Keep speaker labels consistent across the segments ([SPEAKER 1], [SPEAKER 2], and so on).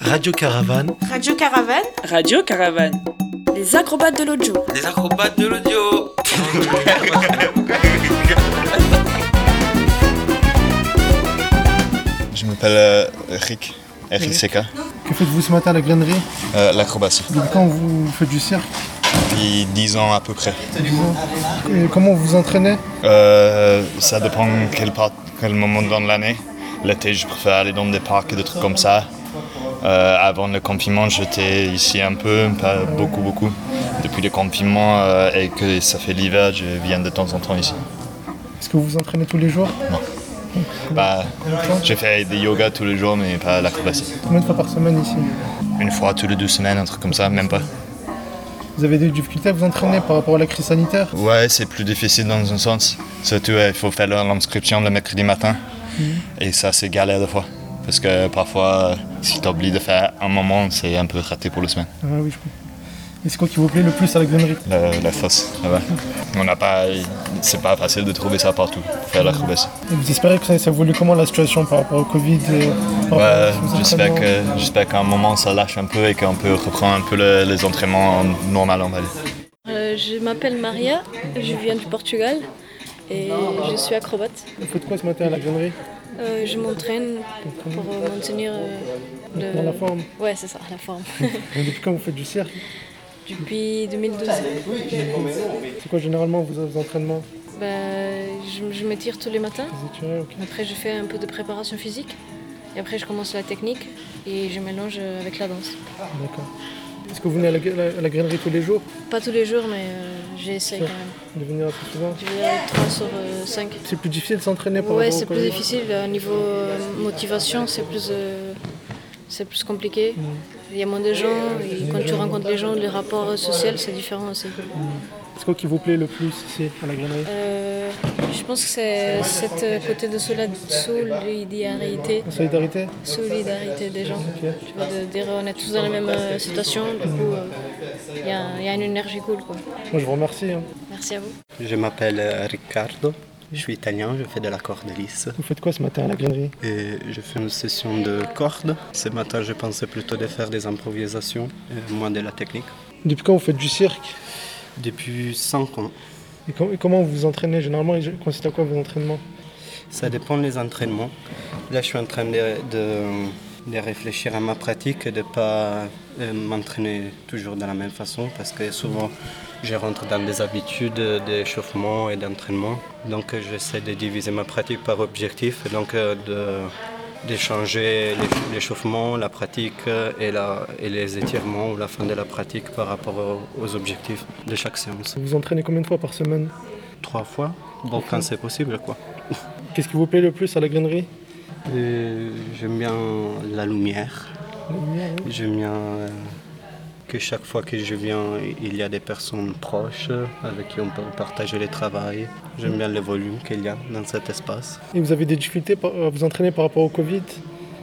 [SPEAKER 1] Radio Caravane.
[SPEAKER 2] Radio Caravane.
[SPEAKER 3] Radio Caravane.
[SPEAKER 2] Les acrobates de l'audio.
[SPEAKER 4] Les acrobates de l'audio.
[SPEAKER 5] Je m'appelle euh, Rick, Rick Seca,
[SPEAKER 6] Que faites-vous ce matin à la grainerie
[SPEAKER 5] euh, l'acrobatie,
[SPEAKER 6] Depuis quand vous faites du cirque
[SPEAKER 5] depuis 10 ans à peu près.
[SPEAKER 6] Et comment vous vous entraînez
[SPEAKER 5] Euh, ça dépend quel, part- quel moment dans l'année. L'été, je préfère aller dans des parcs et des trucs comme ça. Euh, avant le confinement, j'étais ici un peu, pas beaucoup, beaucoup. Depuis le confinement euh, et que ça fait l'hiver, je viens de temps en temps ici.
[SPEAKER 6] Est-ce que vous vous entraînez tous les jours
[SPEAKER 5] Bah, j'ai fait des yoga tous les jours, mais pas l'acrobatie.
[SPEAKER 6] Combien de fois par semaine ici
[SPEAKER 5] Une fois tous les deux semaines, un truc comme ça, même pas.
[SPEAKER 6] Vous avez des difficultés à vous entraîner par rapport à la crise sanitaire
[SPEAKER 5] Ouais, c'est plus difficile dans un sens. Surtout, euh, il faut faire l'inscription le mercredi matin. Et ça, c'est galère des fois. Parce que parfois, euh, si t'oublies de faire un moment, c'est un peu raté pour la semaine.
[SPEAKER 6] Ah oui, je comprends. Et c'est quoi qui vous plaît le plus à la grainerie
[SPEAKER 5] La, la fosse, là-bas. On n'a pas. C'est pas facile de trouver ça partout, pour faire l'acrobatie.
[SPEAKER 6] Et vous espérez que ça ça évolue comment la situation par rapport au Covid et par rapport
[SPEAKER 5] Ouais,
[SPEAKER 6] à vos
[SPEAKER 5] Bah, j'espère
[SPEAKER 6] entraînements
[SPEAKER 5] que- j'espère qu'à un moment, ça lâche un peu et qu'on peut reprendre un peu le- les entraînements normal, on va dire.
[SPEAKER 7] Euh, je m'appelle Maria, je viens du Portugal et je suis acrobate.
[SPEAKER 6] Vous faites quoi ce matin à la grainerie
[SPEAKER 7] Euh, je m'entraîne pour euh, maintenir euh, le-
[SPEAKER 6] Dans la forme
[SPEAKER 7] Ouais, c'est ça, la forme.
[SPEAKER 6] Et Depuis quand vous faites du cirque
[SPEAKER 7] Depuis 2012.
[SPEAKER 6] C'est quoi généralement vos, vos entraînements
[SPEAKER 7] Bah, je, je m'étire tous les matins.
[SPEAKER 6] Vous étirez, ok.
[SPEAKER 7] Après, je fais un peu de préparation physique. Et après, je commence la technique et je mélange euh, avec la danse.
[SPEAKER 6] D'accord. Est-ce que vous venez à la, à la- à la grainerie tous les jours
[SPEAKER 7] Pas tous les jours, mais euh, j'essaie quand
[SPEAKER 6] De
[SPEAKER 7] même.
[SPEAKER 6] venir assez souvent
[SPEAKER 7] Je vais à 3 sur euh, 5.
[SPEAKER 6] C'est plus difficile de s'entraîner par
[SPEAKER 7] Ouais,
[SPEAKER 6] rapport au
[SPEAKER 7] c'est plus
[SPEAKER 6] Covid
[SPEAKER 7] difficile. Au niveau euh, motivation, c'est plus, euh, c'est plus compliqué. Il y a moins de gens. Et quand tu rencontres les gens, le rapport euh, social, c'est différent aussi.
[SPEAKER 6] C'est quoi qui vous plaît le plus ici à la grainerie
[SPEAKER 7] Euh, je pense que c'est cette euh, côté de sola- solidarité,
[SPEAKER 6] La solidarité
[SPEAKER 7] solidarité des gens. Tu vois, de dire on est tous dans la même euh, situation. Du coup, euh, il y, a- il y a une énergie cool. Quoi.
[SPEAKER 6] Moi je vous remercie. hein.
[SPEAKER 7] Merci à vous.
[SPEAKER 8] Je m'appelle euh, Riccardo, je suis italien, je fais de la corde lisse
[SPEAKER 6] Vous faites quoi ce matin à la grainerie
[SPEAKER 8] et je fais une session de corde. Ce matin, je pensais plutôt de faire des improvisations, euh, moins de la technique.
[SPEAKER 6] Depuis quand vous faites du cirque
[SPEAKER 8] Depuis 5 ans,
[SPEAKER 6] et, com- et comment vous vous entraînez Généralement, ils consistent à quoi vos entraînements
[SPEAKER 8] ça dépend des entraînements. Là, je suis en train de, de- de réfléchir à ma pratique et de ne pas euh, m'entraîner toujours de la même façon parce que souvent, je rentre dans des habitudes d'échauffement et d'entraînement. Donc, euh, j'essaie de diviser ma pratique par objectif et donc euh, de, de changer l'éch- l'échauffement, la pratique euh, et, la- et les étirements ou la fin de la pratique par rapport aux- aux objectifs de chaque séance.
[SPEAKER 6] Vous vous entraînez combien de fois par semaine
[SPEAKER 8] Trois fois, bon, quand c'est possible, quoi.
[SPEAKER 6] Qu'est-ce qui vous plaît le plus à la grainerie
[SPEAKER 8] Euh, J'aime bien la lumière. J'aime bien euh, que chaque fois que je viens, il y a des personnes proches avec qui on peut partager le travail. J'aime bien le volume qu'il y a dans cet espace.
[SPEAKER 6] Et vous avez des difficultés par- à vous entraîner par rapport au Covid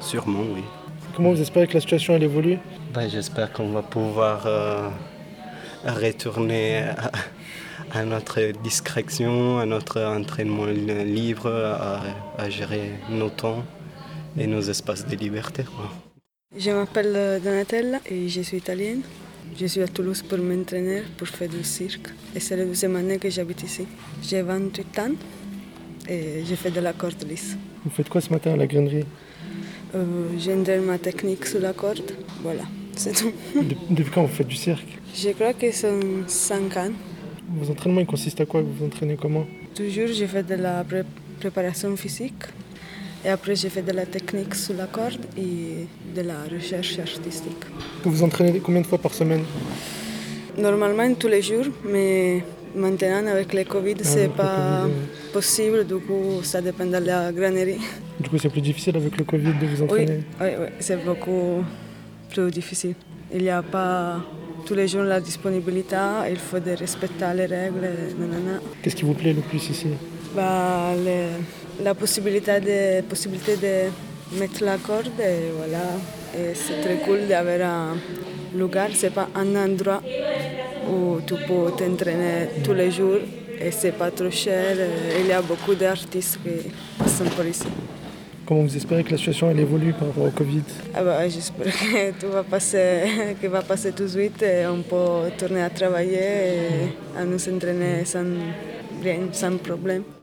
[SPEAKER 8] Sûrement, oui.
[SPEAKER 6] Comment vous espérez que la situation elle évolue
[SPEAKER 8] Ben, J'espère qu'on va pouvoir euh, retourner à, à notre discrétion, à notre entraînement libre, à, à gérer nos temps et nos espaces de liberté. quoi.
[SPEAKER 9] Je m'appelle euh, Donatella et je suis italienne. Je suis à Toulouse pour m'entraîner, pour faire du cirque. Et c'est la deuxième année que j'habite ici. J'ai 28 ans et je fais de la corde lisse.
[SPEAKER 6] Vous faites quoi ce matin à la grainerie
[SPEAKER 9] Euh, J'entraîne ma technique sur la corde. Voilà, c'est tout.
[SPEAKER 6] Dep- Depuis quand vous faites du cirque
[SPEAKER 9] Je crois que c'est 5 ans.
[SPEAKER 6] Vos entraînements ils consistent à quoi Vous vous entraînez comment
[SPEAKER 9] Toujours, je fais de la pré- préparation physique. Et après, je fais de la technique sur la corde et de la recherche artistique.
[SPEAKER 6] Vous vous entraînez combien de fois par semaine
[SPEAKER 9] Normalement tous les jours, mais maintenant avec le Covid, c'est
[SPEAKER 6] avec Ah, le
[SPEAKER 9] pas
[SPEAKER 6] Covid,
[SPEAKER 9] possible, du coup ça dépend de la grainerie.
[SPEAKER 6] Du coup c'est plus difficile avec le Covid de vous
[SPEAKER 9] Oui,
[SPEAKER 6] entraîner
[SPEAKER 9] oui, oui, c'est beaucoup plus difficile. Il n'y a pas tous les jours la disponibilité, il faut de respecter les règles, nanana.
[SPEAKER 6] Qu'est-ce qui vous plaît le plus ici
[SPEAKER 9] Bah, le- la possibilité de, possibilité de mettre la corde, et voilà. Et c'est très cool d'avoir un lugar, c'est pas un endroit où tu peux t'entraîner tous les jours et c'est pas trop cher. et Il y a beaucoup d'artistes qui passent par ici.
[SPEAKER 6] Comment vous espérez que la situation elle évolue par rapport au Covid
[SPEAKER 9] Ah bah, J'espère que tout va passer, que va passer tout de suite et on peut tourner à travailler et à nous entraîner sans, rien, sans problème.